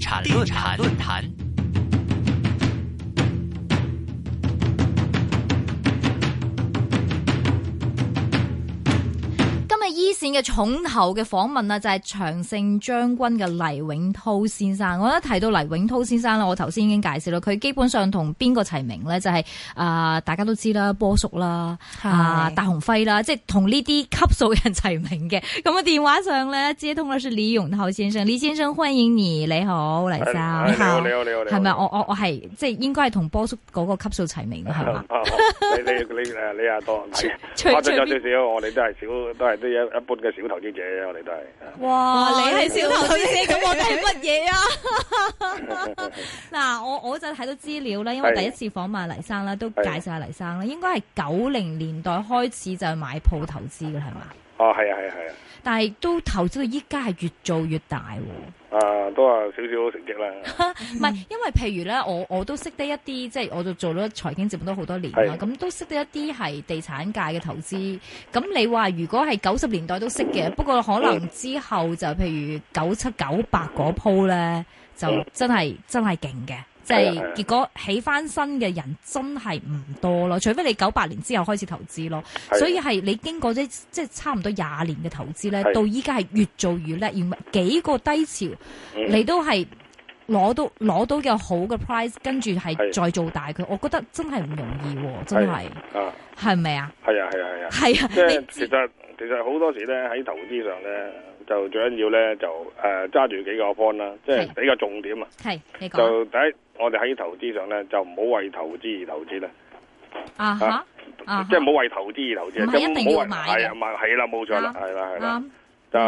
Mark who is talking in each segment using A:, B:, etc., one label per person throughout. A: 产论坛论坛。
B: 今日依線嘅重頭嘅訪問啊，就係長勝將軍嘅黎永滔先生。我一提到黎永滔先生啦，我頭先已經介紹啦，佢基本上同邊個齊名呢？就係、啊、大家都知啦，波叔啦，
C: 係
B: 啊、大洪輝啦，即係同呢啲級數嘅人齊名嘅。咁啊，電話上咧接通嘅是李永滔先生，李先生歡迎你，你好，黎生，
D: 係哎係你好，你好，你好，你好。
B: 係咪？我我我係即係應該係同波叔嗰個級數齊名嘅 係嘛？
D: 哦你你你誒你啊多，係
B: 除
D: 誇
B: 除
D: 張咗少少，我哋都係少，都係都一一般嘅小投資者啫，我哋都係。啊
B: 哇！
C: 哇
B: 你係
C: 你
B: 小投資者，咁我睇乜嘢啊？嗱，我我就睇到資料啦，因為
D: 係
B: 第一次訪問黎生啦，都介紹下黎生啦，應該係九零年代開始就係買鋪投資嘅係嘛？
D: 哦，係啊，係啊，係啊，
B: 但係都投資到依家係越做越大喎，
D: 啊都係少少成績 啦。
B: 唔係因為譬如咧，我我都識得一啲，即係我就做咗財經節目都好多年啦，
D: 係
B: 咁都識得一啲係地產界嘅投資。咁你話如果係九十年代都識嘅，不過可
D: 嗯
B: 能之後就譬如九七九八嗰鋪咧，就真係真係勁嘅。即
D: 嗯係啊係啊
B: 係結果起翻身嘅人真係唔多咯，除非你九八年之後開始投資咯，
D: 係啊
B: 所以啊係你經過咗即係差唔多廿年嘅投資咧，
D: 係
B: 到依家係越做越叻，而唔係幾個低潮
D: 嗯
B: 你都係攞到攞到嘅好嘅 price，跟住係
D: 係
B: 再做大佢，我覺得真係唔容易喎，真係
D: 啊，
B: 係咪啊？
D: 係啊，係啊，係啊。
B: 係啊，
D: 即係
B: 你
D: 其
B: 知
D: 實其實好多時咧喺投資上咧，就最緊要咧就誒揸住幾個 point 啦，即係
B: 係
D: 比較重點啊。
B: 係你講
D: 就第一，我哋喺投資上咧就唔好為投資而投資啦。
B: 啊哈啊哈
D: 即係冇為投資而投資，
B: 唔係
D: 即
B: 一
D: 係
B: 定
D: 冇
B: 要
D: 為
B: 買嘅
D: 係啊，買係啦，冇錯啦，係啦，係啦。
B: 啱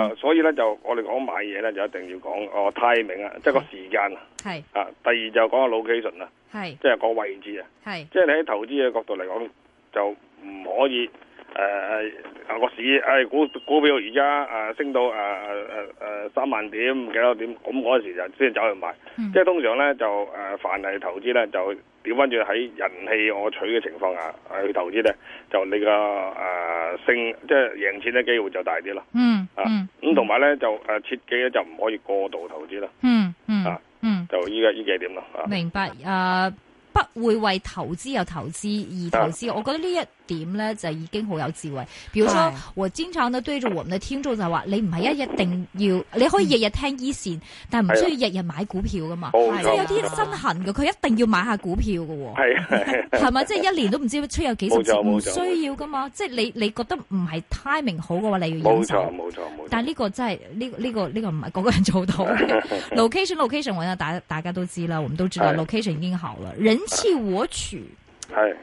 D: 就所以咧，就我哋講買嘢咧，就一定要講哦 timing 啊，即係個時間啊。
B: 係
D: 啊，第二就講個 location 啊，
B: 係
D: 即係個位置啊。
B: 係
D: 即係你喺投資嘅角度嚟講，就唔可以誒誒個市誒股股票而家啊誒升到誒誒誒誒三萬點幾多點，咁嗰陣時就先走去買。
B: 嗯
D: 即係通常咧就誒、呃凡係投資咧就調翻轉喺人氣我取嘅情況下呃去投資咧，就你個誒、呃勝即係贏錢嘅機會就大啲啦。
B: 嗯
D: 啊
B: 嗯，
D: 咁同埋咧就誒、呃、設計咧就唔可以過度投資啦，
B: 嗯嗯
D: 啊
B: 嗯
D: 就依家依幾點啦啊。
B: 明白啊。不會為投資有投資
D: 啊
B: 而投資，我覺得呢一點呢，就已經好有智慧。比如說
C: 係，
B: 我經常都對住我們的聽眾就話：你唔係
D: 嗯
B: 一一定要，你可以日日聽 E 線，但唔需要日日買股票噶嘛。
D: 啊冇
B: 即係有
D: 錯，
B: 啲人身痕嘅，佢一定要買下股票嘅喎，
D: 係係
B: 係咪？即係一年都唔知出有幾十
D: 冇
B: 次，
D: 錯
B: 唔
D: 冇錯
B: 需要噶嘛。即係你你覺得唔係 timing 好嘅話，你要忍
D: 冇
B: 手
D: 錯。冇錯冇錯。
B: 但係呢個真係呢呢個呢個唔係個個人做 到嘅。location location，我諗大大家都知啦，我們都知道
D: 係
B: location 已經好啦。人氣我取，
D: 係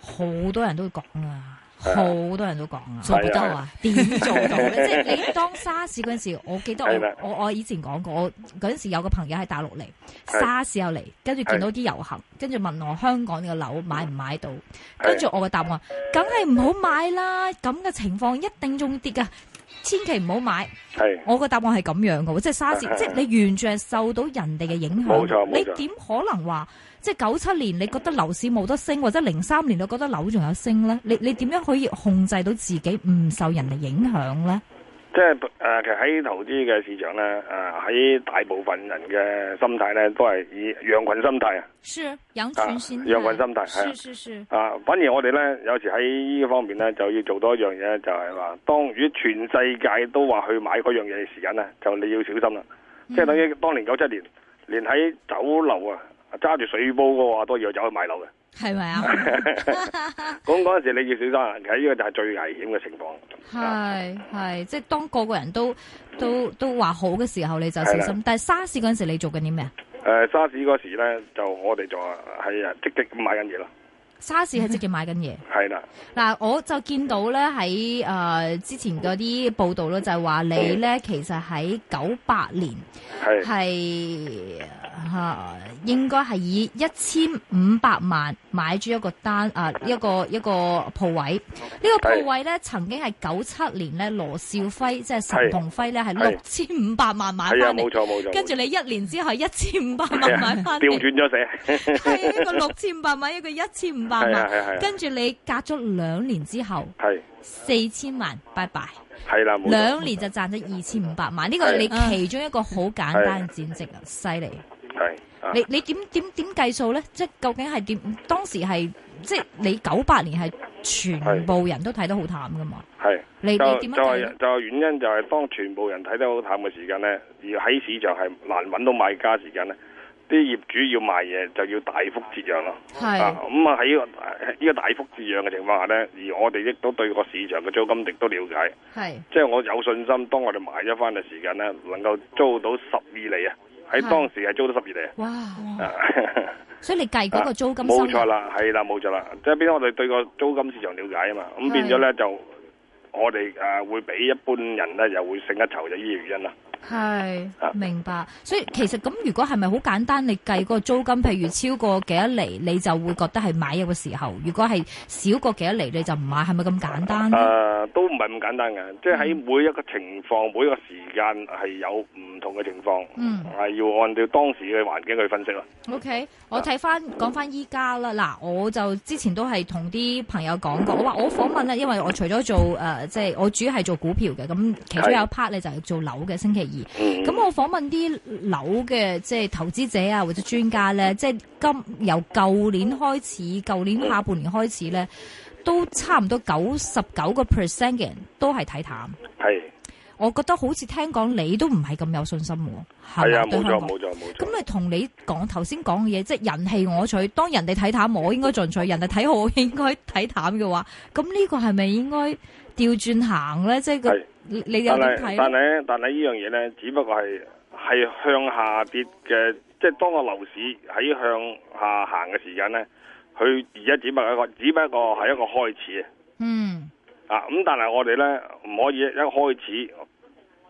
B: 好多人都講啦，
D: 係
B: 好多人都講啦。
C: 做唔到啊？
B: 點做到 咧？即係你當沙士嗰陣時，我記得
D: 係啦
B: 我我我以前講過，我嗰陣時有個朋友喺大陸嚟，
D: 係
B: 沙士又嚟，跟住見到啲遊行，跟住問我香港嘅樓買唔買到，
D: 係
B: 跟住我嘅答案，梗係唔好買啦，咁嘅情況一定仲跌噶，千祈唔好買。
D: 係。
B: 我個答案係咁樣嘅喎，即係 沙士，
D: 係係係
B: 即係你完全係受到人哋嘅影響
D: 冇錯。冇
B: 你
D: 錯
B: 點可能話即係九七年你覺得樓市冇得升，或者零三年你覺得樓仲有升咧？你你點樣可以控制到自己唔受人哋影響咧？
D: 即係誒、呃其實喺投資嘅市場咧，誒、喺大部分人嘅心態咧，都係以羊群心態啊，
B: 是羊
D: 群心態啊羊群心態係
B: 是是，
D: 啊，反而我哋咧有時喺呢方面咧，就要做多一樣嘢，就係話，當如果全世界都話去買嗰樣嘢嘅時間咧，就你要小心啦。
B: 嗯
D: 即係等於當年九七年，連喺酒樓啊揸住水煲嗰個啊都要走去買樓嘅。
B: 係咪 啊？
D: 咁嗰陣時你要小心啦，其實呢個就係最危險嘅情況。
B: 係係，即係當個個人都都都話好嘅時候，你就小
D: 係
B: 心。但係沙士嗰陣時，你做緊啲咩啊？
D: 誒、沙士嗰時咧，就我哋就係啊積極咁買緊嘢啦，
B: 沙士係 積極買緊嘢。
D: 係啦，
B: 嗱，我就見到咧喺誒之前嗰啲報道咧，就係話你咧其實喺九八年
D: 係。
B: 係嚇、啊應該係以一千五百萬買咗一個單啊一個一個鋪位，呢、個鋪位咧曾經係九七年咧羅少輝即係岑同輝咧係
D: 係
B: 六千五百萬買
D: 係啊，
B: 翻嚟，
D: 冇錯冇錯。
B: 跟住你一年之後一千五百萬
D: 係啊
B: 買翻
D: 調
B: 嚟，
D: 轉咗寫，
B: 係一個六千五百萬，一個一千五百
D: 係啊
B: 萬，
D: 係啊係啊
B: 跟住你隔咗兩年之後。
D: 係
B: 四千萬，拜拜。
D: 系啦，冇錯。
B: 兩年就賺咗二千五百萬，呢個
D: 係
B: 你其中一個好簡單嘅戰績啊，犀利！
D: 系啊，
B: 你你點點點計數咧？即係究竟係點？當時係即係你九八年係全部人都睇得好淡噶嘛？
D: 系。
B: 你你
D: 就
B: 點樣
D: 就
B: 睇
D: 係
B: 呢？
D: 就係原因就係當全部人睇得好淡嘅時間呢，而喺市場係難揾到買家時間呢，啲業主要賣嘢就要大幅折讓咯。啊
B: 係，
D: 咁啊喺呢個呢個大幅折讓嘅情況下呢，而我哋亦都對個市場嘅租金亦都了解，
B: 係
D: 即係我有信心，當我哋買咗翻嘅時間呢，能夠租到十二厘啊！喺
B: 係嗯
D: 當時係租到十二厘
B: 哇！
D: 啊！
B: 所以你計嗰個租金收
D: 冇
B: 入
D: 錯啦，係啦，冇錯啦，即係變咗我哋對個租金市場了解啊嘛，咁變咗咧就我哋誒、呃、會比一般人咧又會勝一籌，就呢個原因啦。
B: 係
D: 啊
B: 明白。所以其實咁，如果係咪好簡單？你計個租金，譬如超過幾多厘，你就會覺得係買入嘅時候；如果係少過幾多厘，你就唔買，係咪咁簡單
D: 誒、
B: 咧？
D: 呃都唔係咁簡單嘅，即係喺
B: 嗯
D: 每一個情況、每一個時間係有唔同嘅情況，係、
B: 嗯
D: 要按照當時嘅環境去分析啦。
B: O、k 我睇翻講翻依家啦，嗱，我就之前都係同啲朋友講過，我話我訪問咧，因為我除咗做誒、呃即係我主要係做股票嘅，咁其中有一 part 咧就係做樓嘅，星期二。
D: 嗯，
B: 咁我訪問啲樓嘅即係投資者啊，或者專家咧，即係今由舊年開始，舊年下半年開始咧，都差唔多九十九個 percent 嘅人都係睇淡。
D: 係
B: 我覺得好似聽講你都唔係咁有信心喎，係
D: 係
B: 咪
D: 啊，
B: 對
D: 冇
B: 香
D: 錯
B: 港？
D: 冇錯冇錯，
B: 咁咪同你講頭先講嘅嘢，即係人棄我取。當人哋睇淡我，應該進取；人哋睇好，我應該睇淡嘅話，咁呢個係咪應該調轉行咧？即係個
D: 係
B: 你你有
D: 但
B: 點
D: 係
B: 睇
D: 但
B: 呢？
D: 係但係呢樣嘢咧，只不過係係向下跌嘅，即係當個樓市喺向下行嘅時間咧，佢而家只不過係一個，只不過係一個開始
B: 嗯，
D: 啊！啊咁但係我哋咧唔可以一開始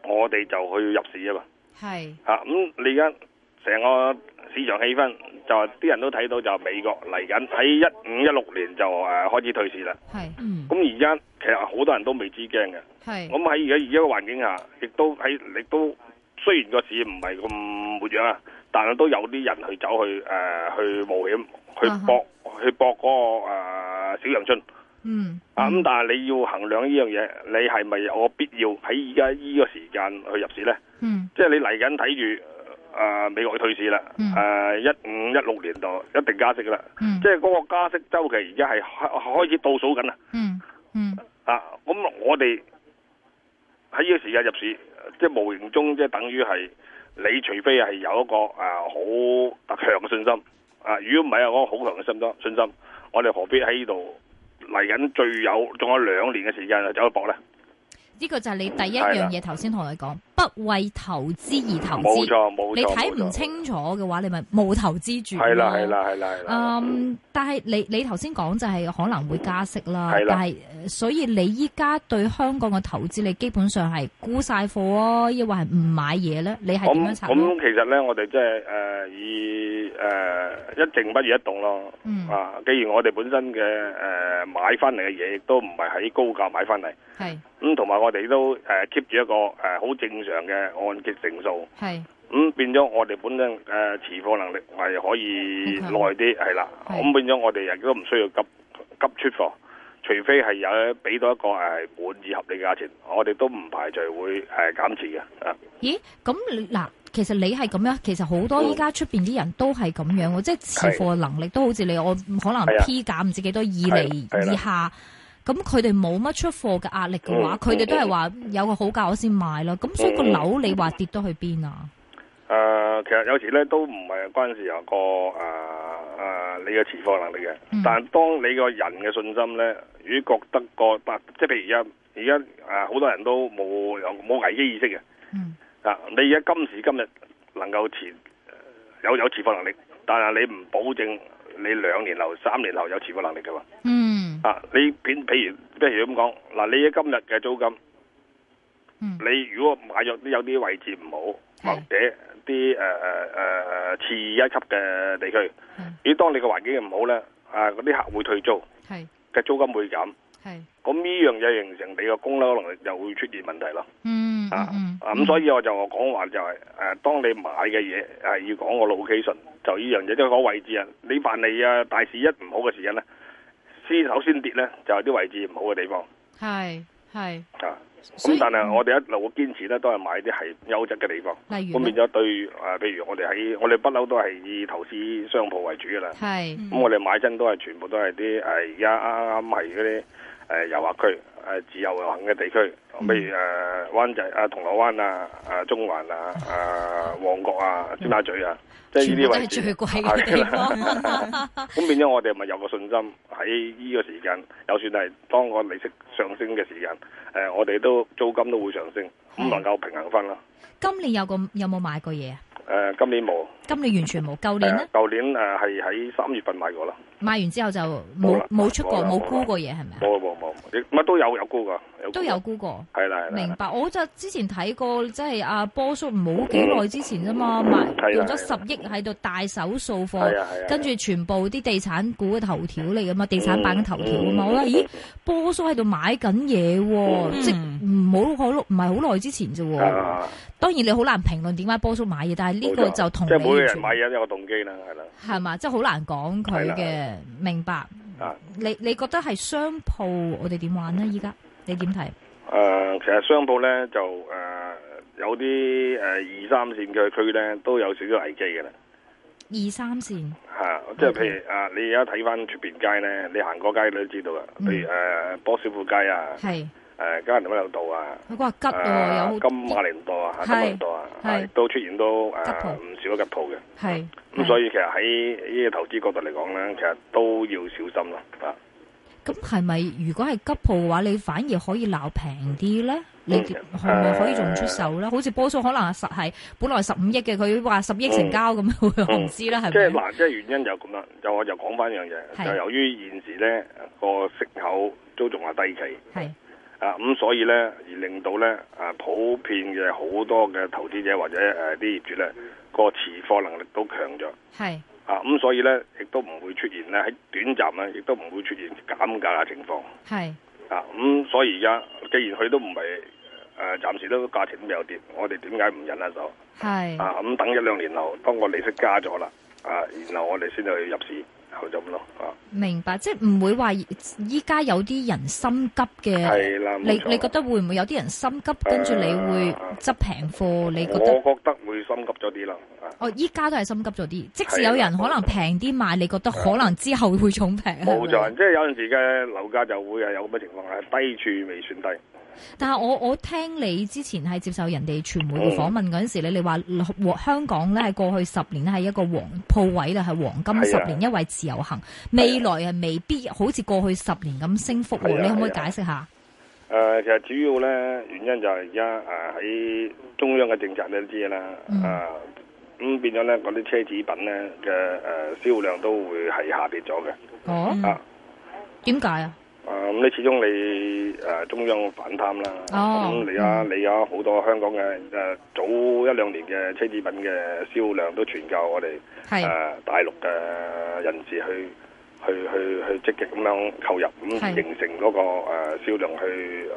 D: 我哋就去入市啊嘛
B: 係
D: 啊！咁你而家成個市場氣氛就係啲人都睇到就係美國嚟緊喺一五一六年就誒開始退市啦。
B: 係
A: 嗯
D: 咁而家其實好多人都未知驚嘅。
B: 係
D: 咁喺而家而家嘅環境下，亦都喺亦都雖然個市唔係咁活躍啊，但係都有啲人去走去誒、呃去冒險，去
B: 啊哈
D: 搏去搏嗰、個、呃、小陽春
B: 嗯
D: 啊！咁但係你要衡量呢樣嘢，你係咪有個必要喺而家呢個時間去入市呢？
B: 嗯
D: 即係你嚟緊睇住誒美國退市啦，
B: 嗯
D: 誒一五一六年度一定加息啦，
B: 嗯
D: 即係嗰個加息周期而家係開開始倒數緊啊啦。
B: 嗯嗯
D: 啊，咁我哋喺呢個時間入市，即係無形中即係等於係你除非係有一個啊好強嘅信心啊，如果唔係有嗰個好強嘅信心信心，我哋何必喺呢度嚟緊最有仲有兩年嘅時間就走去搏咧？
B: 呢個就係你第一樣嘢，頭先同你講，不為投資而投
D: 冇
B: 資。
D: 錯冇錯，
B: 啊你睇唔
D: 冇錯，
B: 清楚嘅話，你咪冇投資住咯。
D: 係啦係啦係啦係啦，
B: 嗯，但係你你頭先講就係可能會加息啦，
D: 係啦
B: 但係呃所以你依家對香港嘅投資，你基本上係沽晒貨啊，抑或係唔買嘢咧？你係點樣
D: 咁
B: 策略？
D: 咁其實咧，我哋即係誒以誒、呃一靜不如一動咯。
B: 嗯，
D: 啊，既然我哋本身嘅誒、呃、買翻嚟嘅嘢，亦都唔係喺高價買翻嚟。
B: 係
D: 咁同埋我哋都誒呃 keep 住一個誒好、正常嘅按揭成數，
B: 係
D: 咁、變咗我哋本身誒、呃持貨能力係可以
B: 好強
D: 耐啲，係啦，
B: 係
D: 咁變咗我哋亦都唔需要急急出貨，除非係有俾到一個誒、呃、滿意合理嘅價錢，我哋都唔排除會誒、呃、減持嘅啊。
B: 咦？咁你嗱，其實你係咁樣，其實好多依家出邊啲人都係咁樣喎，即係持貨能力都好似你，我可能
D: 係啊
B: P 減唔知幾多以嚟
D: 係啦
B: 以下。咁佢哋冇乜出貨嘅壓力嘅話，
D: 嗯
B: 佢哋都係話有個好價我先買咯。咁所以個樓你話跌到去邊啊？
D: 誒、呃其實有時咧都唔係關事有個誒誒、呃你嘅持貨能力嘅，
B: 嗯
D: 但係當你個人嘅信心咧，如果覺得個啊即係譬如而家而家誒好多人都冇有冇危機意識嘅
B: 嗯
D: 啊，你而家今時今日能夠持呃有有持貨能力，但係你唔保證你兩年後、三年後有持貨能力㗎嘛
B: 嗯
D: 啊，你譬譬如譬如咁講嗱，你而家今日嘅租金。
B: 嗯
D: 你如果買入啲有啲位置唔好，
B: 係
D: 或者啲誒誒誒次一級嘅地區
B: 係，
D: 如果當你個環境唔好咧，啊嗰啲客會退租，
B: 係
D: 嘅租金會減，
B: 係。
D: 咁呢樣嘢形成你個供樓能力就會出現問題咯。
B: 嗯
D: 啊
B: 嗯，
D: 啊咁所以我就講話就係、誒，當你買嘅嘢係要講個 location，就呢樣嘢即係講位置啊。你萬利啊大市一唔好嘅時間咧，先首先跌咧就係啲位置唔好嘅地方
A: 係係
D: 啊。
B: 所以
D: 咁
B: 嗯
D: 但係我哋一路堅持咧，都係買啲係優質嘅地方。
B: 例如
D: 咁
B: 呢
D: 變咗對啊，譬如我哋喺我哋不嬲都係以投資商鋪為主噶啦。
B: 係
D: 咁我哋買真都係全部都係啲誒而家啱啱係嗰啲誒遊客區誒自由遊行嘅地區，
B: 嗯
D: 譬如誒灣仔啊、銅鑼灣啊、啊中環啊、啊旺角啊、尖沙咀啊，即係
B: 全
D: 呢
B: 部
D: 啲
B: 都
D: 位
B: 係
D: 置。
B: 最貴嘅地
D: 係啦
B: 方。
D: 咁變咗我哋咪有個信心喺呢個時間，就算係當個利息上升嘅時間，誒、我哋都租金都會上升，咁
B: 係
D: 能夠平衡翻啦。
B: 今年有個有冇買過嘢啊？
D: 誒、今年冇，
B: 今年完全冇，舊年
D: 誒
B: 咧
D: 舊年誒係啊喺三月份買過啦，
B: 買完之後就
D: 冇
B: 冇
D: 啦
B: 冇出過，
D: 冇啦
B: 冇
D: 冇啦
B: 沽過嘢係咪啊？
D: 冇冇冇，亦乜都有有沽噶，有沽
B: 都有沽過。
D: 係啦係啦係啊
B: 明
D: 啦，
B: 白，我就之前睇過，即係阿波叔冇幾耐之前啫嘛，買
D: 係啊
B: 用咗十億喺度大手掃
D: 係
B: 貨，
D: 啊係啊，
B: 跟住全部啲地產股嘅頭條嚟噶嘛，地產版嘅頭條啊嘛，
D: 嗯
B: 我話咦，波叔喺度買緊嘢
D: 嗯
B: 喎，即係唔好好唔係好耐之前啫
D: 係
B: 喎。
D: 啊，
B: 當然你好難評論點解波叔買嘢，但係呢
D: 冇
B: 個
D: 錯
B: 就同
D: 即係
B: 你
D: 每個
B: 完
D: 人
B: 全
D: 買嘢都有個動機啦，係啦，
B: 係嘛，即係好難講佢
D: 係
B: 嘅，明白
D: 啊。
B: 你你覺得係商鋪我哋點玩呢？依家你點睇？
D: 誒、其實商鋪咧就誒、有啲誒二三線嘅區咧都有少少危機嘅啦。
B: 二三線
D: 嚇、
B: 嗯
D: 即係譬如啊，你而家睇翻出邊街咧，你行過街你都知道啊。
B: 嗯
D: 譬如誒、波斯富街啊，誒、
B: 係。
D: 加人道道啊，
B: 佢話吉
D: 誒、
B: 喎，有好
D: 金馬連道啊，
B: 係
D: 金馬連道啊，
B: 係
D: 係都出現到誒
B: 吉鋪
D: 唔少嘅吉鋪嘅。
B: 係
D: 咁所以其實喺呢個投資角度嚟講咧，其實都要小心啦。啊，
B: 咁係咪如果係急鋪嘅話，你反而可以鬧平啲咧？你
D: 嗯
B: 係咪可以仲出手咧？好似波叔可能實係本來十五億嘅，佢話十億成交咁， 我唔知啦，
D: 嗯即係
B: 係咪？
D: 嗱，即係原因就咁啦。就我就講翻一樣嘢，
B: 係
D: 就由於現時咧個息口都仲係低企。
B: 係
D: 啊，咁所以咧，而令到咧，啊普遍嘅好多嘅投資者或者誒啲業主咧，個持貨能力都強咗。
B: 係
D: 啊，咁所以咧，亦都唔會出現咧喺短暫咧，亦都唔會出現減價嘅情況。
B: 係
D: 啊，咁、所以而家既然佢都唔係誒暫時都價錢都未有跌，我哋點解唔忍下手？
B: 係。
D: 啊，咁、等一兩年後，當個利息加咗啦，啊，然後我哋先去入市，就咁咯。啊，
B: 明白，即係唔會話依家有啲人心急嘅。
D: 係啦，冇
B: 你
D: 錯啊
B: 你覺得會唔會有啲人心急，跟住你會執平貨？你覺得？
D: 我覺得會心急咗啲啦。啊
B: 哦，依家都係心急咗啲，即使
D: 係啦啊
B: 有人可能平啲買，你覺得可能之後會重平。係咪
D: 冇錯，即係有陣時嘅樓價就會係有咁嘅情況，係低處未算低。
B: 但係我我聽你之前係接受人哋傳媒
D: 嗯
B: 嘅訪問嗰陣時咧，你話呃香港咧係過去十年咧係一個黃鋪位啦，係黃金
D: 係
B: 十
D: 啊
B: 年，因為自由行，未來係未必好似過去十年咁升幅
D: 係
B: 喎。
D: 啊
B: 你可唔可以
D: 係啊
B: 解釋下？
D: 誒、其實主要咧原因就係而家誒喺中央嘅政策你都知啦，
B: 嗯
D: 誒、咁變咗咧嗰啲奢侈品咧嘅誒銷量都會係下跌咗嘅。
B: 哦，
D: 啊
B: 點解啊？
D: 誒咁、你始終你誒、中央反貪啦，咁、
B: 哦
D: 你啊
B: 嗯
D: 你有好多香港嘅誒、早一兩年嘅奢侈品嘅銷量都全靠我哋誒、
B: 係
D: 大陸嘅人士去去去去積極咁樣購入，咁
B: 係
D: 形成嗰、個誒、銷量去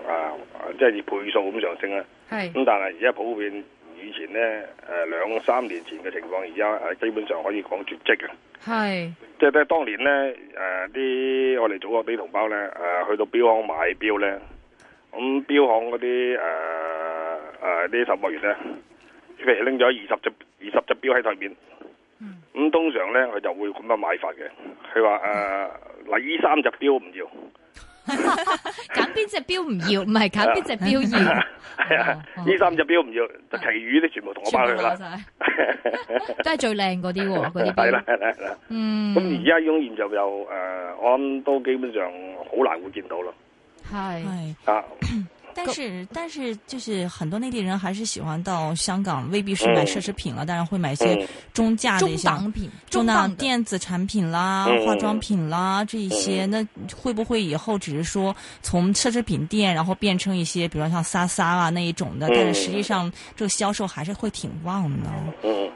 D: 誒、即係以倍數咁上升啦。
B: 係
D: 咁但係而家普遍以前咧誒、兩三年前嘅情況，而家誒基本上可以講絕跡啊嘅。
B: 係
D: 即係咧，當年咧，誒、啲我哋祖國啲同胞咧，誒、去到錶行買錶咧，咁錶行嗰啲誒誒啲售貨員咧，譬如拎咗二十隻二十隻錶喺台面，咁、
B: 嗯
D: 通常咧佢就會咁樣買法嘅。佢話誒嗱，依三隻錶唔要，
B: 揀邊隻標唔要，唔係揀邊隻標要，
D: 係啊
B: 哦，
D: 依三隻錶唔要，就其餘啲全部同 我
B: 全
D: 包
B: 部攞
D: 佢啦。
B: 晒，都係最靚嗰啲喎，嗰啲
D: 係啦
B: 標。
D: 係啦係啦。
B: 嗯，
D: 咁而家呢種現象又誒、我諗都基本上好難會見到咯。
B: 係
A: 哎，
D: 啊，
A: 但是但是就是很多内地人还是喜欢到香港，未必是买奢侈品了，当然会买一些
D: 嗯
A: 中价的一
B: 中
A: 些
B: 等片，
A: 中档
B: 等
A: 电子产品啦、
D: 嗯
A: 化妆品啦这一些，那会不会以后只是说从奢侈品店，然后变成一些，比如说像莎莎啊那一种的，
D: 嗯
A: 但是实际上这个销售还是会挺旺的。
D: 嗯，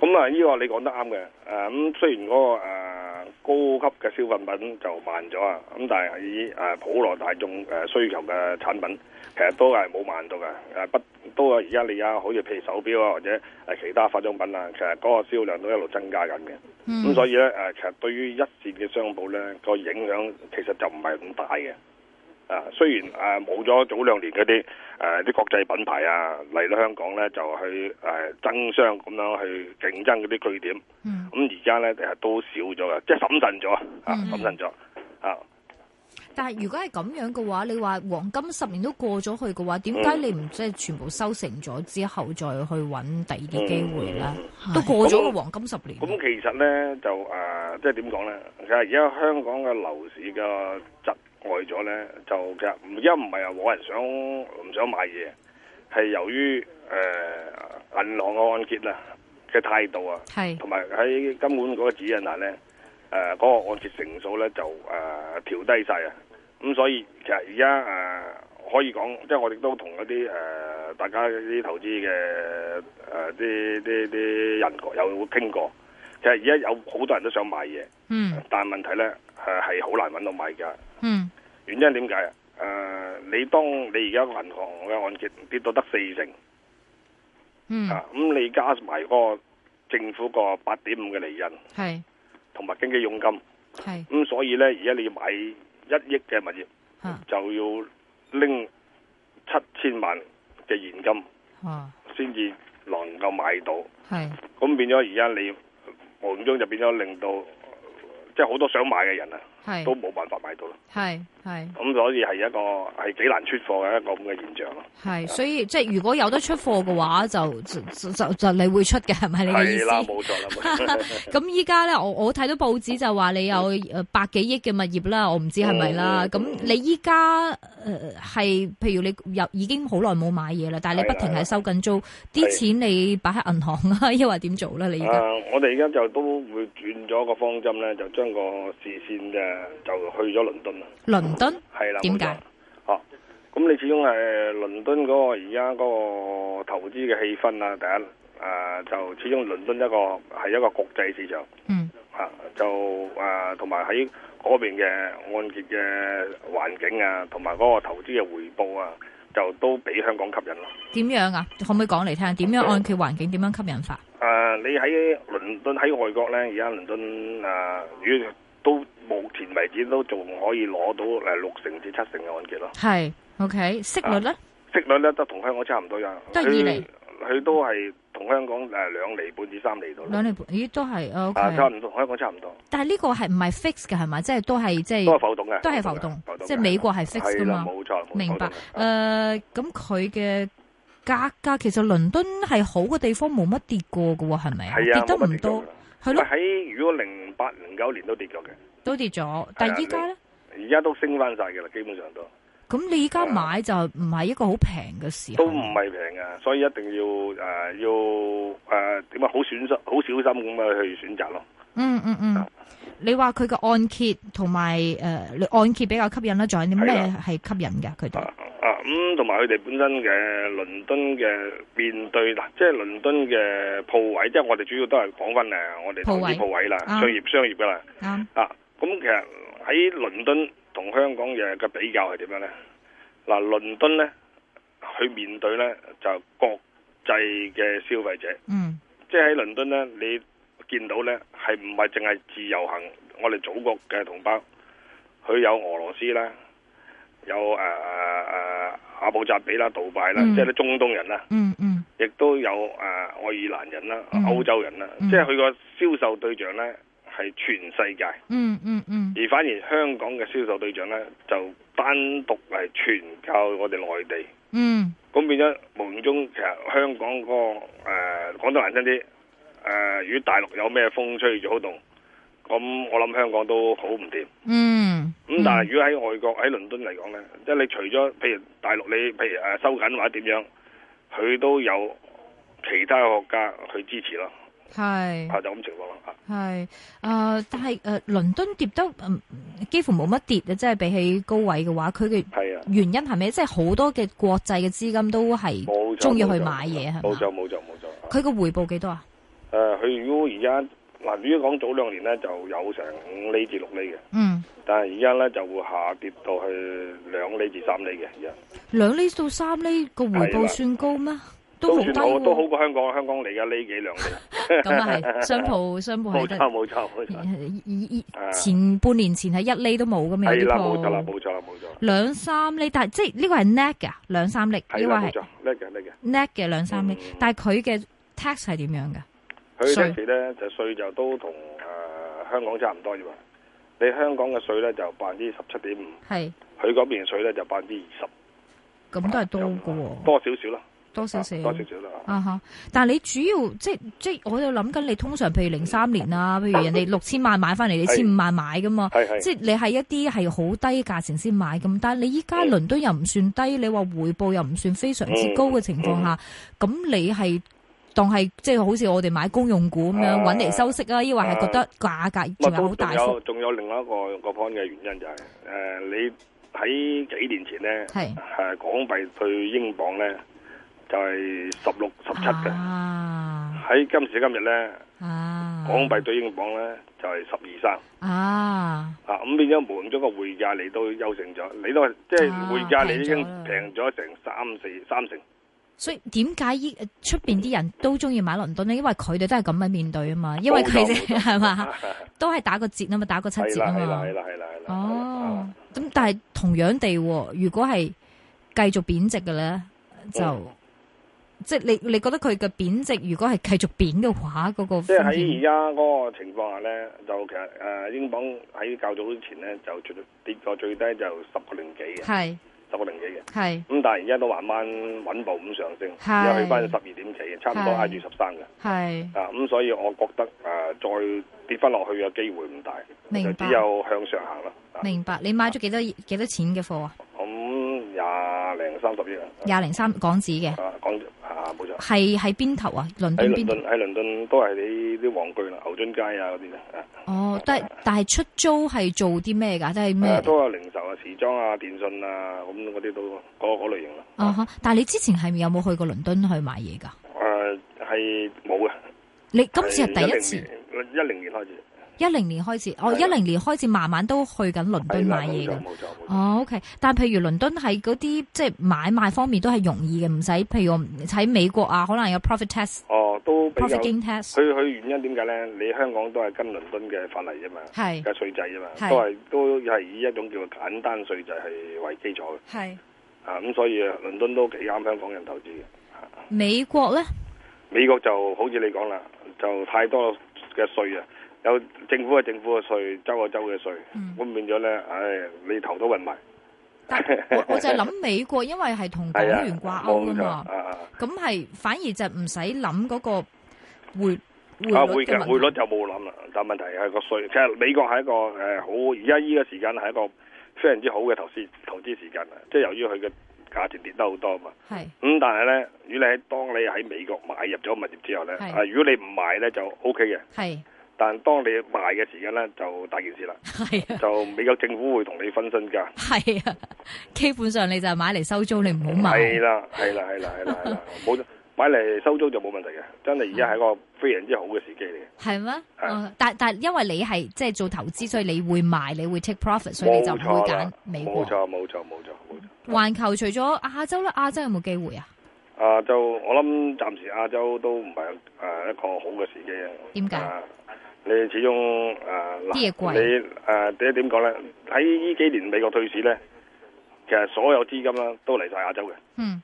D: 咁啊，呢個你講得啱嘅。誒、咁雖然嗰、個、誒高級嘅消費品就慢咗啊，咁但係以誒、普羅大眾誒、需求嘅產品，其實都係冇慢到嘅。誒、啊不都係而家你啊，好似譬如手錶啊，或者誒其他化妝品啊，其實嗰個銷量都一路增加緊嘅。咁、
B: 嗯
D: 所呃以咧誒、其實對於一線嘅商鋪咧個影響其實就唔係咁大嘅。啊，雖然啊冇咗早兩年嗰啲誒啲國際品牌啊嚟到香港咧，就去誒、呃爭相咁樣去競爭嗰啲據點。
B: 嗯，
D: 咁而家咧誒都少咗嘅，即係審慎咗啊，
B: 嗯
D: 審慎咗啊。
B: 但係如果係咁樣嘅話，你話黃金十年都過咗去嘅話，點
D: 嗯
B: 解你唔即係全部收成咗之後再去揾第二啲機會咧？都過咗個黃金十年，
D: 嗯咁其實咧就誒、呃即係點講咧？其實而家香港嘅樓市嘅窒礙咗咧，就其實唔因為唔係話冇人想唔想買嘢，係由於誒、呃、銀行嘅按揭啊嘅態度啊，
B: 係
D: 同埋喺金管嗰個指引下咧，誒、嗰、個按揭成數咧就誒、呃、調低晒啊！咁所以其實而家誒可以講，即係我哋都同嗰啲誒呃大家啲投資嘅誒啲啲啲人有傾過。其實而家有好多人都想買嘢，
B: 嗯
D: 但係問題咧誒係好難揾到買家。
B: 嗯
D: 原因點解啊？誒、你當你而家個銀行嘅按揭跌到得四成。
B: 嗯
D: 啊，咁你加埋嗰個政府個八點五嘅利潤，
B: 係
D: 同埋經紀佣金，
B: 係
D: 咁所以呢，而家你要買一億嘅物業，
B: 嚇
D: 就要拎七千萬嘅現金
B: 嚇
D: 先至能夠買到，
B: 係
D: 咁變咗而家你無形中就變咗令到，即係好多想買嘅人啊，都
B: 係
D: 冇辦法買到啦，
B: 係係
D: 咁所以係一個係幾難出貨嘅一個咁嘅現象咯。
B: 係，所以即係如果有得出貨嘅話，就就就就就你會出嘅係咪你嘅意
D: 係
B: 思？
D: 啦，冇錯啦，冇 錯。
B: 咁依家咧，我我睇到報紙就話你有誒百幾億嘅物業啦，我唔知係咪啦。
D: 嗯
B: 咁你依家誒呃係，譬如你又已經好耐冇買嘢啦，但係你
D: 係啦
B: 不停係收緊租，
D: 係
B: 啲錢你擺喺銀行啊， 抑或點做咧？你而家
D: 啊！我哋而家就都會轉咗個方針咧，就將個視線嘅就去咗倫敦啦，
B: 倫敦
D: 係啦。
B: 點解
D: 冇錯？哦，咁你始終係倫敦嗰個而家嗰個投資嘅氣氛啊，第一啊，就始終倫敦一個係一個國際市場
B: 嗯
D: 啊，就啊同埋喺嗰邊嘅按揭嘅環境啊，同埋嗰個投資嘅回報啊，就都比香港吸引咯。
B: 點樣啊？可唔可以講嚟聽？點樣按揭環境點樣吸引法？
D: 誒、呃你喺倫敦喺外國咧，而家倫敦誒、呃如果都目前為止都仲可以攞到誒六成至七成嘅按揭咯，
B: 係 OK，息率咧
D: 息率咧都同香港差唔多㗎，
B: 都係二厘
D: 佢佢都係同香港誒兩厘半至三厘度啦，
B: 兩厘半，咦都係哦
D: 啊差
B: OK。
D: 唔多，同香港差唔多，
B: 但係呢個係唔係 fix 嘅係咪？即係都係即
D: 都係
B: 係
D: 浮動嘅，
B: 都係浮動
D: 浮動，嘅
B: 即係美國係 fix
D: 係
B: 噶
D: 啦，
B: 嘛？
D: 冇錯，冇錯
B: 明白呃
D: 浮
B: 誒，
D: 動。嘅
B: 咁佢嘅價格其實倫敦係好嘅地方，冇乜跌過嘅喎，係咪啊？
D: 係啊，
B: 跌得
D: 冇乜
B: 唔
D: 跌
B: 多
D: 咗㗎，
B: 係咯，
D: 喺如果零八零九年都跌咗嘅，
B: 都跌咗。但係依
D: 啊
B: 家咧，
D: 而家都升翻晒嘅啦，基本上都。
B: 咁你依家買就唔係一個好平嘅時候，
D: 都唔係平噶，所以一定要誒、呃要誒點啊，好選擇好小心咁樣去選擇咯。
B: 嗯嗯嗯
D: 啊。
B: 你話佢嘅按揭同埋誒，你按揭比較吸引啦，仲有啲咩
D: 係
B: 係吸引㗎？佢哋
D: 啊啊咁，同埋佢哋本身嘅倫敦嘅面對嗱，即係倫敦嘅鋪位，即係我哋主要都係講翻誒我哋投資鋪位啦，
B: 啊
D: 商業商業噶啦
B: 啱
D: 啊。咁其實喺倫敦同香港嘅嘅比較係點樣咧？嗱、倫敦咧，佢面對咧就國際嘅消費者。
B: 嗯
D: 即係喺倫敦呢，你見到呢係唔係淨係自由行？我哋祖國嘅同胞，佢有俄羅斯啦，有誒誒誒阿布扎比啦、杜拜啦，
B: 嗯
D: 即係啲中東人啦，
B: 嗯嗯
D: 亦都有誒、呃愛爾蘭人啦、
B: 嗯
D: 歐洲人啦，
B: 嗯
D: 即係佢個銷售對象呢係全世界，
B: 嗯嗯嗯
D: 而反而香港嘅銷售對象呢，就單獨係全靠我哋內地。
B: 嗯
D: 咁變咗無形中，其實香港嗰、個誒講得難聽啲，誒、如果大陸有咩風吹草動，咁我諗香港都好唔掂。
B: 嗯，
D: 咁但係如果喺外國喺倫敦嚟講咧，即係你除咗譬如大陸你譬如誒收緊或者點樣，佢都有其他國家去支持咯，
B: 係。
D: 啊就咁情況咯。啊
B: 系，诶、但係诶、呃倫敦跌得、嗯幾乎冇乜跌啊，即係比起高位嘅話，佢嘅
D: 係啊，
B: 原因係咩？即係好多嘅國際嘅資金都係
D: 冇錯。
B: 中意去
D: 冇錯
B: 買嘢係
D: 冇錯
B: 嘛？
D: 冇錯冇錯。啊
B: 佢個回報幾多啊？
D: 誒，佢如果而家嗱，如果講早兩年咧，就有成五厘至六厘嘅。
B: 嗯，
D: 但係而家咧就會下跌到去兩厘至三厘嘅，而家
B: 兩厘到三厘個回
D: 係
B: 報
D: 啦
B: 算高咩？都好低
D: 算好，都好
B: 喎。
D: 過香港，香港嚟嘅呢幾兩年，
B: 咁啊 係，商鋪商鋪
D: 冇
B: 係
D: 錯
B: 得。
D: 冇錯冇錯，啊
B: 前半年前係一厘都冇咁樣
D: 係
B: 啲
D: 啦冇錯啦
B: 鋪，
D: 冇錯啦冇錯啦，
B: 兩三厘，但係即係呢個係 net 嘅兩三厘，呢
D: 係
B: 個
D: 啦冇
B: 係
D: 錯，叻嘅叻嘅。
B: net 嘅兩三厘
D: 嗯，
B: 但係佢嘅 tax 係點樣嘅？
D: 佢
B: 稅
D: 呢次咧就税就都同誒、呃香港差唔多啫嘛。你香港嘅税咧就百分之十七點五，
B: 係
D: 佢嗰邊嘅稅咧就百分之二十，
B: 咁都係多嘅喎，
D: 啊多少少啦，
B: 多少少
D: 啊。多少少啦。
B: 啊哈！但係你主要即係即係我喺度諗緊，你通常譬如零三年啊，譬如人哋六千萬買翻嚟，你
D: 係
B: 千五萬買噶嘛，
D: 係係
B: 即係你係一啲係好低價錢先買咁，但係你依家
D: 嗯
B: 倫敦又唔算低，你話回報又唔算非常之高嘅情況下，
D: 嗯
B: 咁、你係當係即係好似我哋買公用股咁樣
D: 啊
B: 揾嚟收息啊，抑或係覺得價格仲有
D: 咪啊都
B: 好
D: 仲
B: 大幅
D: 有仲有另外一個個 point 嘅原因就係、呃你喺幾年前咧
B: 係
D: 係呃港幣對英鎊咧就係十六十七嘅，
B: 啊
D: 喺今時今日咧
B: 啊
D: 港幣對英鎊咧就係十二三。
B: 啊
D: 啊，咁變咗換咗個匯價，你都優勝咗，你都即係
B: 啊
D: 匯價，你已經
B: 平咗啦
D: 平咗成三四三成，
B: 所以點解依出邊啲人都中意買倫敦呢？因為佢哋都係咁樣面對啊嘛，因為佢
D: 冇
B: 哋
D: 錯
B: 係嘛， 都係打個折啊嘛，打個七
D: 係
B: 折
D: 啦
B: 啊
D: 係啦
B: 嘛
D: 係。啦係啦係啦。
B: 哦
D: 啊，
B: 咁但係同樣地喎，如果係繼續貶值嘅咧，就、
D: 嗯
B: 即係你你覺得佢嘅貶值，如果係繼續貶嘅話，嗰、個
D: 即係
B: 風
D: 喺而
B: 險
D: 家嗰個情況下咧，就其實誒、呃英鎊喺較早之前咧就最跌過最低就十個零幾嘅，
B: 係
D: 十個零幾嘅。
B: 係
D: 咁但係而家都慢慢穩步咁上升，
B: 係
D: 而家去翻十二點幾嘅，差唔多
B: 係
D: 挨住十三嘅。
B: 係
D: 啊，咁所以我覺得誒、呃再跌翻落去嘅機會唔大，
B: 明
D: 就
B: 白
D: 只有向上行啦。啊
B: 明白。你買咗幾多幾多錢嘅貨啊？
D: 咁廿零三十億啊，
B: 廿零三港紙嘅，
D: 啊講啊冇錯，
B: 係喺邊頭啊？倫
D: 喺
B: 敦邊
D: 倫
B: 頭？
D: 敦喺倫敦都係你啲旺區啦，牛津街啊嗰啲咧，啊
B: 哦，但係但係出租係做啲咩㗎？即係
D: 啊
B: 咩？
D: 都有零售啊、時裝啊、電信啊咁嗰啲都嗰嗰類型啦。
B: 啊哈！但係你之前係咪有冇去過倫敦去買嘢㗎？
D: 誒啊係冇嘅，
B: 你今次係第一次，
D: 一零年開始，
B: 一零年開始，哦，一
D: 係啦
B: 零年開始慢慢都去緊倫敦
D: 係啦
B: 買
D: 冇
B: 嘢
D: 錯
B: 㗎。
D: 冇錯冇錯，
B: 哦，OK，但係譬如倫敦係嗰啲即係買賣方面都係容易嘅，唔使譬如我喺美國啊，可能有 profit test、
D: 哦都比較
B: profit
D: 佢
B: gain test，
D: 佢原因點解咧？你香港都係跟倫敦嘅法例啫嘛，
B: 係
D: 嘅稅制啫嘛，
B: 嗯係
D: 都係都係以一種叫做簡單稅制係為基礎嘅
B: 係
D: 啊咁，所以倫敦都幾啱香港人投資嘅。
B: 美國咧，
D: 美國就好似你講啦，就太多嘅税啊，有政府嘅政府嘅税，州嘅州嘅税，
B: 嗯
D: 咁變咗咧，唉，你頭都暈埋，
B: 但 我我就係諗美國，因為係同港
D: 係啊，
B: 元掛
D: 冇
B: 鈎㗎
D: 錯
B: 嘛
D: 啊，啊，
B: 咁係反而就唔使諗嗰個匯
D: 啊
B: 匯率
D: 匯
B: 嘅
D: 嘅匯率
B: 問題。
D: 就冇諗啦，但問題係個税，其實美國係一個誒、好，而家依個時間係一個非常之好嘅投資投資時間啊，即係由於佢嘅價錢跌得好多啊嘛。
B: 係
D: 咁、但係咧，如果你喺當你喺美國買入咗物業之後咧，
B: 係
D: 啊，如果你唔買咧就 O K 嘅，
B: 係
D: 但係當你賣嘅時間咧就大件事啦。
B: 係啊
D: 就美國政府會同你分身家。
B: 係啊， 基本上你就係買嚟收租，你唔好
D: 係
B: 買。
D: 啦，係啦，係啦，係啦，係啦，冇買嚟收租就冇問題嘅，真係而家係一個非常之好嘅時機嚟嘅。
B: 係咩？哦但但因為你係即係做投資，所以你會賣，你會 take profit，所以你就
D: 冇
B: 唔
D: 錯
B: 會
D: 啦
B: 揀，美
D: 冇
B: 國。
D: 錯，冇錯，冇錯，冇錯。
B: 環球除咗亞洲咧，亞洲有冇機會啊？
D: 啊，就我諗暫時亞洲都唔係呃誒一個好嘅時機啊。
B: 點解
D: 啊你始終誒呃
B: 啲
D: 嗱，
B: 嘢貴
D: 你誒第一點講咧，喺呢幾年美國退市咧，其實所有資金啦都嚟晒亞洲嘅。
B: 嗯，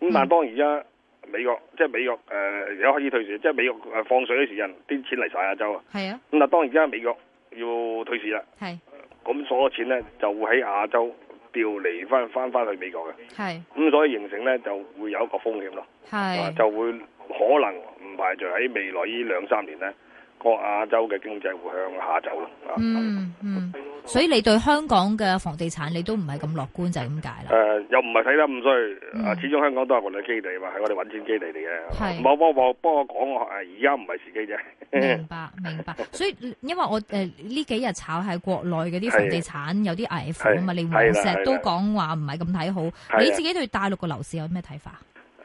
D: 咁但係當而家美國即係美國誒呃而家開始退市，即係美國誒放水嘅時間，啲錢嚟晒亞洲啊！
B: 係啊，
D: 咁但係當而家美國要退市啦，
B: 係
D: 咁所有錢咧就會喺亞洲調離翻翻翻去美國嘅，
B: 係
D: 咁所以形成咧就會有一個風險咯，啊
B: 係
D: 就會可能唔排除喺未來呢兩三年咧個亞洲嘅經濟會向下走咯。啊
B: 嗯嗯，所以你對香港嘅房地產你都唔係咁樂觀，就係咁解
D: 誒、
B: 啦。
D: 又唔係睇得咁
B: 嗯
D: 衰，啊、始終香港都係我哋基地嘛，係我哋揾錢基地嚟
B: 係
D: 嘅。冇冇冇，幫我講我誒，而家唔係時機啫。
B: 明白明白，所以因為我誒呢幾日炒喺國內嗰啲房地產有啲危乎啊嘛，
D: 係
B: 你黃
D: 係啦係
B: 石
D: 啦
B: 都講話唔係咁睇好，
D: 啊
B: 你自己對大陸嘅樓市有咩睇法？ 啊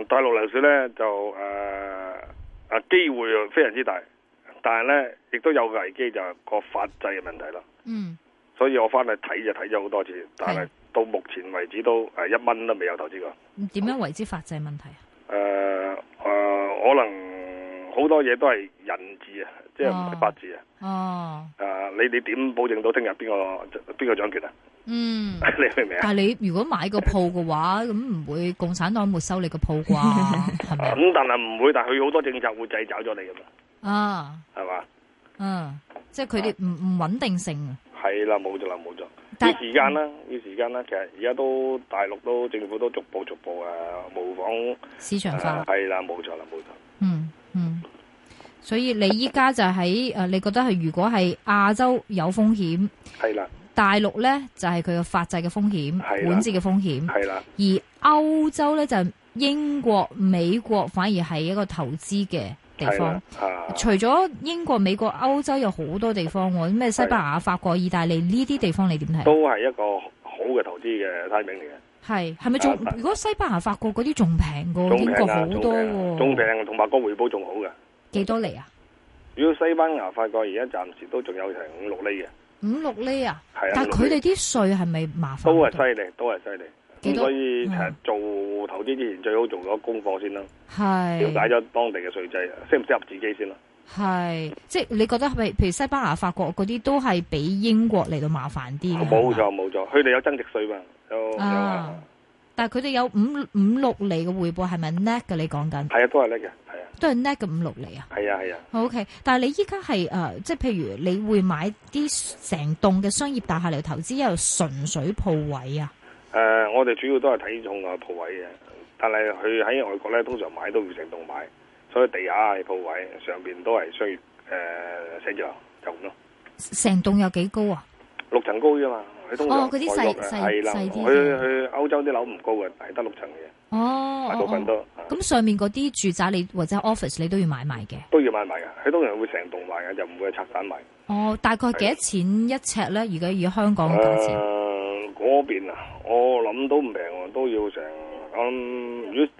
D: 誒、大陸樓市咧就誒啊機會啊非常之大，但係咧亦都有個危機就係個法制嘅問題啦。
B: 嗯，
D: 所以我翻去睇就睇咗好多次，但係
B: 係
D: 到目前為止都誒一蚊都未有投資過。
B: 點樣為之法制問題啊？
D: 诶、诶、呃可能好多嘢都係人治啊，即係唔係法治啊。
B: 哦，
D: 啊，你你點保證到聽日邊個邊個掌權啊？
B: 嗯。
D: 你明唔明啊？
B: 但系你如果買個鋪嘅話，咁唔會共產黨沒收你個鋪啩？係咪
D: 咁但係唔會，但係佢好多政策會掣肘咗你噶嘛，
B: 啊？
D: 係嘛？
B: 嗯，即係佢
D: 啊
B: 哋唔唔稳定性啊。
D: 係啦，冇咗啦，冇咗。
B: 但
D: 要時間啦，要時間啦。其實而家都大陸都政府都逐步逐步啊模仿，
B: 市場
D: 啊
B: 化，
D: 係啦，冇錯啦，冇錯。
B: 嗯嗯。所以你依家就喺诶，呃你覺得係如果係亞洲有風險，
D: 係啦，
B: 大陸咧就係佢嘅法制嘅風險、
D: 係啦
B: 管治嘅風險，
D: 係啦，
B: 而歐洲咧就係英國、美國反而係一個投資嘅地
D: 係
B: 方
D: 啦。，啊，
B: 除咗英國、美國、歐洲有好多地方喎，咩西班牙、法國、意大利呢啲地方，你點
D: 都
B: 睇？
D: 係一個好嘅投資嘅 timing 嚟嘅。
B: 係係咪仲
D: 啊法？
B: 如果西班牙、法國嗰啲仲平過
D: 仲
B: 哦英
D: 平
B: 國
D: 啊，
B: 好
D: 仲
B: 多
D: 平啊，仲
B: 喎，
D: 平，同埋個回報仲好嘅。
B: 幾多厘啊？
D: 如果西班牙、法國而家暫時都仲有成五六厘嘅，
B: 五六厘啊？
D: 係啊，
B: 但係
D: 五
B: 佢
D: 六厘
B: 哋啲税係咪麻
D: 都
B: 煩好多？
D: 係犀利，都係犀利。
B: 幾
D: 咁
B: 多
D: 所以其實
B: 嗯
D: 做投資之前最好做咗功課先啦，了解
B: 係
D: 咗當地嘅税制，啊適唔適合自己先啦。
B: 係，即係你覺得係咪？譬如西班牙、法國嗰啲都係比英國嚟到麻煩啲嘅。係
D: 冇
B: 嘛
D: 錯冇錯，佢哋有增值税嘛，有有
B: 啊
D: 啊，
B: 但係佢哋有五五六厘嘅回報係咪 net 嘅？你講緊
D: 係啊，都係叻嘅，係啊，
B: 都係 net 嘅五六厘啊？
D: 係啊，係啊，
B: O、k 但系你依家係诶，即係譬如你會買啲成棟嘅商業大廈嚟投資，又純粹鋪位啊？
D: 誒，呃我哋主要都係睇重個鋪位嘅，但係佢喺外國咧，通常買都要成棟買，所以地下係鋪位，上邊都係商業誒寫字樓，就咁咯。
B: 成棟有幾高啊？
D: 六層高啫嘛，佢通
B: 哦
D: 常
B: 嗰啲細
D: 外國嘅
B: 細
D: 係啦，
B: 細啲
D: 佢
B: 啫
D: 佢歐洲啲樓唔高嘅，係得六層嘅，
B: 哦
D: 大部
B: 哦，
D: 分
B: 哦
D: 都啊
B: 咁上面嗰啲住宅你或者 office 你都要買埋嘅。
D: 都要買埋嘅，佢通常會成棟買嘅，就唔會係拆散買。
B: 哦，大概幾多錢一尺咧？而家以香港嘅價錢，
D: 誒嗰邊啊，我諗都唔平喎，都要成我諗如果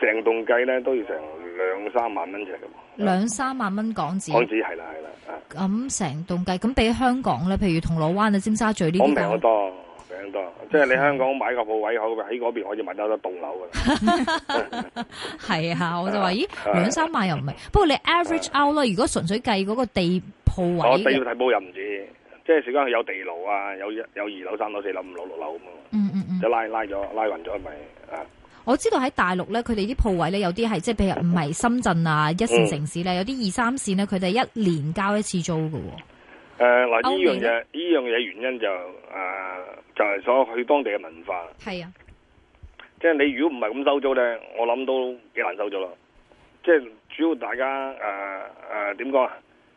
D: 成棟計咧，都要成兩三萬蚊尺嘅喎。
B: 兩三萬蚊港
D: 港
B: 紙。
D: 紙係啦係啦，啊
B: 咁成棟計，咁比香港咧，譬如銅鑼灣啊、尖沙咀呢
D: 我
B: 啲
D: 平好
B: 價
D: 多，平好多。
B: 嗯
D: 即係你香港買個鋪位，好喺嗰邊可以買得一棟樓㗎 啦。
B: 係啊，我就話咦，
D: 啊
B: 兩三萬又唔係。不過你 average out 啦，如果純粹計嗰個地鋪
D: 我
B: 位
D: 地
B: 嘅
D: 要睇鋪又唔止，即係時間有地牢啊，有一有二樓、三樓、四樓、五樓、六樓咁啊。
B: 嗯嗯嗯
D: 就。拉拉咗拉暈咗咪啊？
B: 我知道喺大陸咧，佢哋啲鋪位咧有啲係即係譬如唔係深圳啊一
D: 嗯
B: 線城市咧，有啲二三線咧，佢哋一年交一次租嘅喎。
D: 誒嗱，呢
B: 歐美
D: 樣
B: 呢
D: 嘢呢樣嘢原因就誒、啊就係、所去當地嘅文化，
B: 係啊，
D: 即係你如果唔係咁收租咧，我諗都幾難收租啦。即係主要大家誒誒點講啊？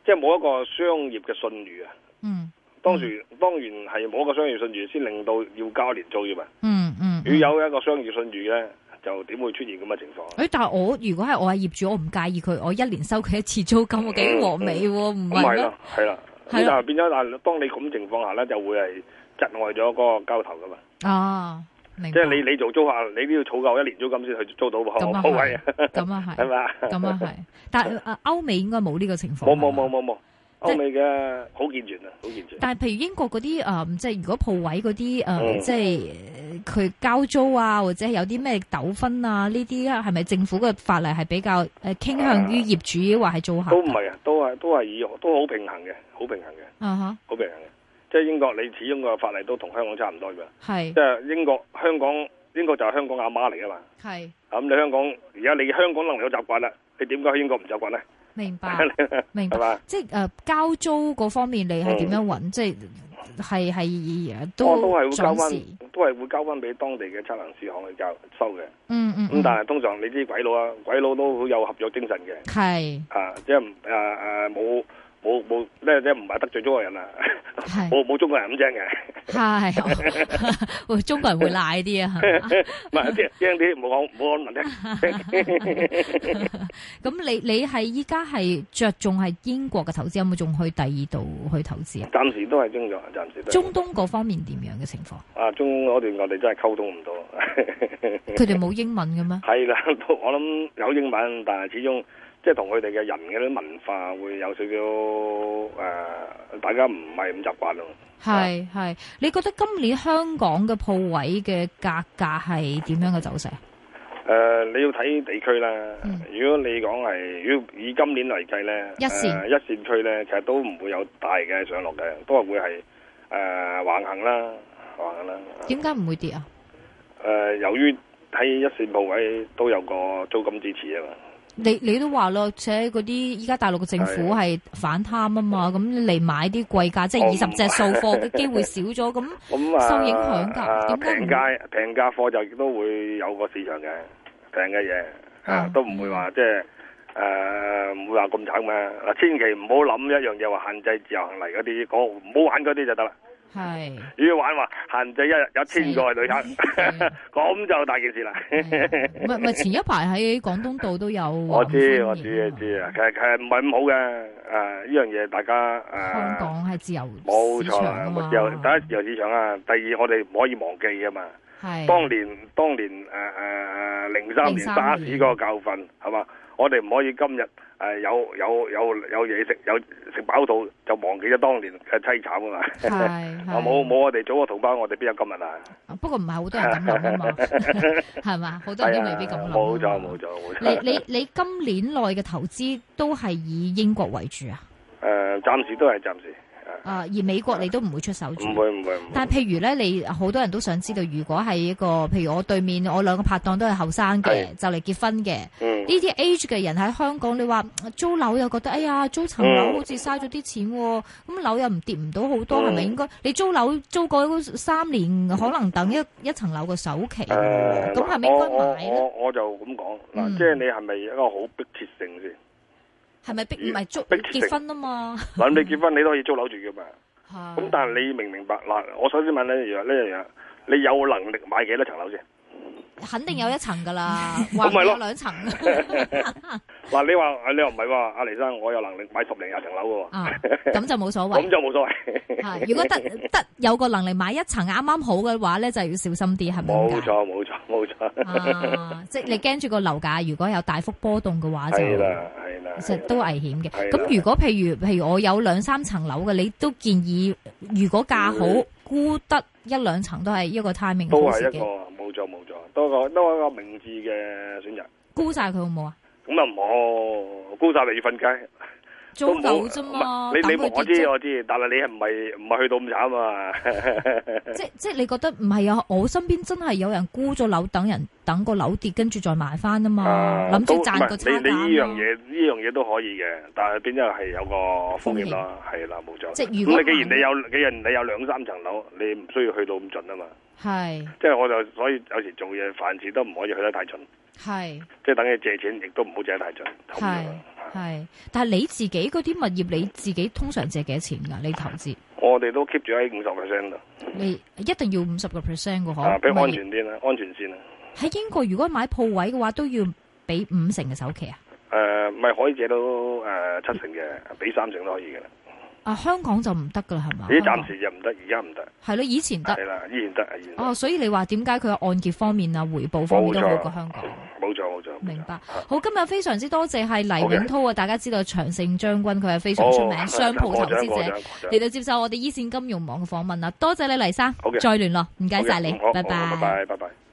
D: 即係冇一個商業嘅信譽啊！
B: 嗯
D: 當時當然係冇一個商業信譽，先令到要交一年租啫嘛。
B: 嗯嗯。
D: 如果有一個商業信譽咧，就點會出現咁嘅情況啊？
B: 誒，但係我如果係我係業主，我唔介意佢，我一年收佢一次租金，我幾和 美喎，唔
D: 咁
B: 係
D: 係
B: 咩
D: 咯？，係啦。
B: 係啊啦
D: 咁但係變咗，但係當你咁情況下咧，就會係窒礙咗嗰個交投噶嘛。
B: 啊，明
D: 即
B: 白。
D: 係你你做租客，你都要儲夠一年租金先去租到鋪
B: 咁啊
D: 鋪位啊，
B: 係，咁啊
D: 係
B: 係，
D: 嘛？
B: 咁啊係。但係誒歐美應該冇呢個情況。
D: 冇冇冇。冇冇，
B: 即係
D: 歐美嘅好健全啊，好健全。
B: 但係譬如英國嗰啲誒，即係如果鋪位嗰啲誒，
D: 嗯
B: 即係佢交租啊，或者係有啲咩糾紛啊，呢啲係咪政府嘅法例係比較誒傾向於業主或係租客？
D: 都唔係啊，都係都係以都好平衡嘅，好平衡嘅，
B: 啊
D: 好平衡嘅。即係英國，你始終個法例都同香港差唔多㗎。
B: 哈，係
D: 即係英國、香港、英國就係香港阿媽嚟㗎嘛。
B: 係
D: 咁你香港而家你香港能有習慣啦，你點解去英國唔習慣咧？
B: 明白
D: 係
B: 明白，
D: 嘛？
B: 即係誒交租嗰方面你係點樣揾？即係係係
D: 我都係會嗯交
B: 準
D: 翻
B: 時，，
D: 都係會交翻俾當地嘅測量師行去交收嘅。
B: 嗯嗯，
D: 咁但係通常你知鬼佬啊，鬼佬都好有合約精神嘅，
B: 係
D: 啊，即係誒誒冇冇冇咧，即係唔係得罪中國人啊，
B: 係
D: 冇冇中國人咁精嘅，
B: 係， 會中國人會賴啲啊。 係嘛
D: 唔係即係精啲，冇講冇講難
B: 啊
D: 聽，
B: 咁你你係依家係着重係英國嘅投資，有冇仲去第二度去投資啊？
D: 暫時都係中咗，暫時都係
B: 中東嗰方面點樣嘅情況？
D: 啊中嗰段我哋真係溝通唔到，
B: 佢哋冇英文嘅咩？
D: 係啦， 都我諗有英文，但係始終即係同佢哋嘅人嘅啲文化會有少少誒、大家唔係咁習慣咯。
B: 係係，你覺得今年香港嘅鋪位嘅價格係點樣嘅走勢啊？
D: 誒、诶、你要睇地區啦。
B: 嗯
D: 如果你講係，如果以今年嚟計咧，
B: 一線
D: 誒一線區咧，其實都唔會有大嘅上落嘅，都係會係诶横行啦，橫行啦。
B: 點解唔會跌啊？
D: 诶、由於喺一線部位都有個租金支持啊嘛。
B: 你你都話咯，且嗰啲依家大陸嘅政府係反貪啊嘛，咁嚟買啲貴價，即係
D: 我
B: 二
D: 唔
B: 十隻數貨 嘅機會少咗，咁
D: 咁啊，
B: 受影響㗎
D: 啊
B: 點解唔
D: 平價平價貨就都會有個市場嘅平嘅嘢，啊
B: 啊
D: 都唔會話即係誒唔會話咁慘嘅。嗱，千祈唔好諗一樣嘢話限制自由行嚟嗰啲，嗰唔好玩嗰啲就得啦。
B: 係
D: 如果玩話限制一日有千 個旅客，
B: 係
D: 咁就大件事啦。
B: 唔係唔係前一排喺廣東道都有 啊
D: 我知
B: 話
D: 我
B: 唔歡迎啊嘛
D: 知我知啊，其實其實唔係咁好嘅，誒呢樣嘢大家
B: 香
D: 誒
B: 港係自由
D: 冇
B: 市
D: 錯
B: 場
D: 啦
B: 啊，嘛，
D: 自由第一自由市場啊，第二我哋唔可以忘記噶嘛。
B: 係
D: 當年當年誒誒誒零三年
B: 03
D: 沙士嗰個教訓係嘛？我哋唔可以今日誒、呃有有有有嘢食有食飽肚就忘記咗當年嘅凄慘 啊嘛！
B: 係
D: 我
B: 係
D: 冇冇我哋祖國同胞，我哋邊有今日啊？
B: 不過唔係好多人咁諗 啊嘛，係嘛？好多人都未必咁諗。
D: 啊
B: 啊
D: 哎冇錯冇。錯冇錯。
B: 你你你今年內嘅投資都係以英國為主啊？
D: 誒暫時都係暫時，
B: 啊，而美國你都唔會出手住
D: 唔。會唔會唔會。
B: 但係譬如咧，你好多人都想知道，如果係一個譬如我對面我兩個拍檔都係後生嘅，
D: 係
B: 就嚟結婚嘅呢
D: 嗯，
B: 啲 age 嘅人喺香港，你話嗯租樓又覺得哎呀租層樓
D: 嗯
B: 好似嘥咗啲錢喎，咁樓又唔跌唔到好多，係咪
D: 嗯
B: 應該你租樓租過三年，可能等一一層樓嘅首期
D: 誒
B: 喎，咁係咪
D: 我
B: 應該
D: 我
B: 買
D: 我
B: 咧？
D: 我就咁講嗱，
B: 嗯
D: 即係你係咪一個好迫切性先？
B: 係咪逼唔係租
D: 嗯逼住
B: 結婚啊嘛？
D: 嗱，你結婚你都可以租樓住㗎嘛？咁
B: 咁
D: 但係你明唔明白嗱？我首先問呢樣呢樣嘢，你有能力買幾多層樓先？
B: 肯定有一層噶啦，
D: 咁
B: 或
D: 咪
B: 者
D: 咯
B: 有兩 層
D: 嗱，你話啊你又唔係喎，阿黎生，我有能力買十零廿層樓
B: 啊，咁就冇所
D: 嘅喎，
B: 謂
D: 咁。就冇 所謂。
B: 啊！如果 得得有個能力買一層啱啱好嘅話咧，就要小心啲，係咪
D: 冇
B: 咁解？
D: 錯冇錯冇錯，
B: 啊！即係你驚住個樓價如果有大幅波動嘅啊話，就
D: 係啦係啦，
B: 其實都危險嘅。
D: 係啦
B: 咁如果譬如譬如我有兩三層樓嘅，你都建議如果價好
D: 嗯
B: 估得一兩層都係一個 timing
D: 都
B: 好
D: 係
B: 時
D: 一
B: 機
D: 個，冇錯冇錯，都係一個都係一個明智嘅選擇。
B: 估晒佢好冇啊？
D: 咁啊唔好，高晒你要瞓街，
B: 租樓啫嘛
D: 唔，係你
B: 等
D: 你
B: 佢
D: 我
B: 跌
D: 知
B: 啫
D: 我知，但係你係唔係唔係去到咁慘啊？
B: 即即係你覺得唔係啊？我身邊真係有人沽咗樓，等人等個樓跌，跟住再買翻啊嘛，諗住賺個差價
D: 都唔係你你呢
B: 啊
D: 樣
B: 嘛。
D: 嘢呢樣嘢都可以嘅，但係變咗係有個風險啦，係啦，冇錯。
B: 即係如果
D: 咁你既
B: 萬
D: 然
B: 一
D: 你有，既然你有兩三層樓，你唔需要去到咁盡啊嘛。
B: 係
D: 即係我就所以有時做嘢凡事都唔可以去得太盡，
B: 係
D: 即係等你借錢亦都唔好借得太盡。咁樣啊
B: 係係，但係你自己嗰啲物業，你自己通常借幾多錢㗎？你投資
D: 我哋都 keep 住喺五十 percent 度，
B: 你一定要五十個 percent 嘅
D: 啊，
B: 嗬？
D: 比較安
B: 唔係
D: 全啲啦，安全線啦。
B: 喺英國如果買鋪位嘅話，都要俾五成嘅首期啊！
D: 誒，唔係可以借到誒七成嘅，俾三成都可以嘅啦。
B: 啊，香港就唔得㗎啦，係嘛？
D: 咦，暫時就唔得，而家唔得，
B: 係咯，以前啊得
D: 係啦，依然得，依然得。
B: 哦，所以你話點解佢嘅按揭方面啊、回報方面都好過香港？
D: 冇錯冇錯，冇錯
B: 明白。好，今日非常之多謝係黎永滔啊！大家知道長盛將軍佢係非常
D: 好，
B: 出名商鋪投資
D: 過哦獎
B: 者，。
D: 你
B: 嚟到接受我哋依線金融網嘅訪問啦。多謝你黎生
D: 好嘅，
B: 再聯絡，唔該晒你
D: 嗯好，
B: 拜
D: 拜拜，拜拜。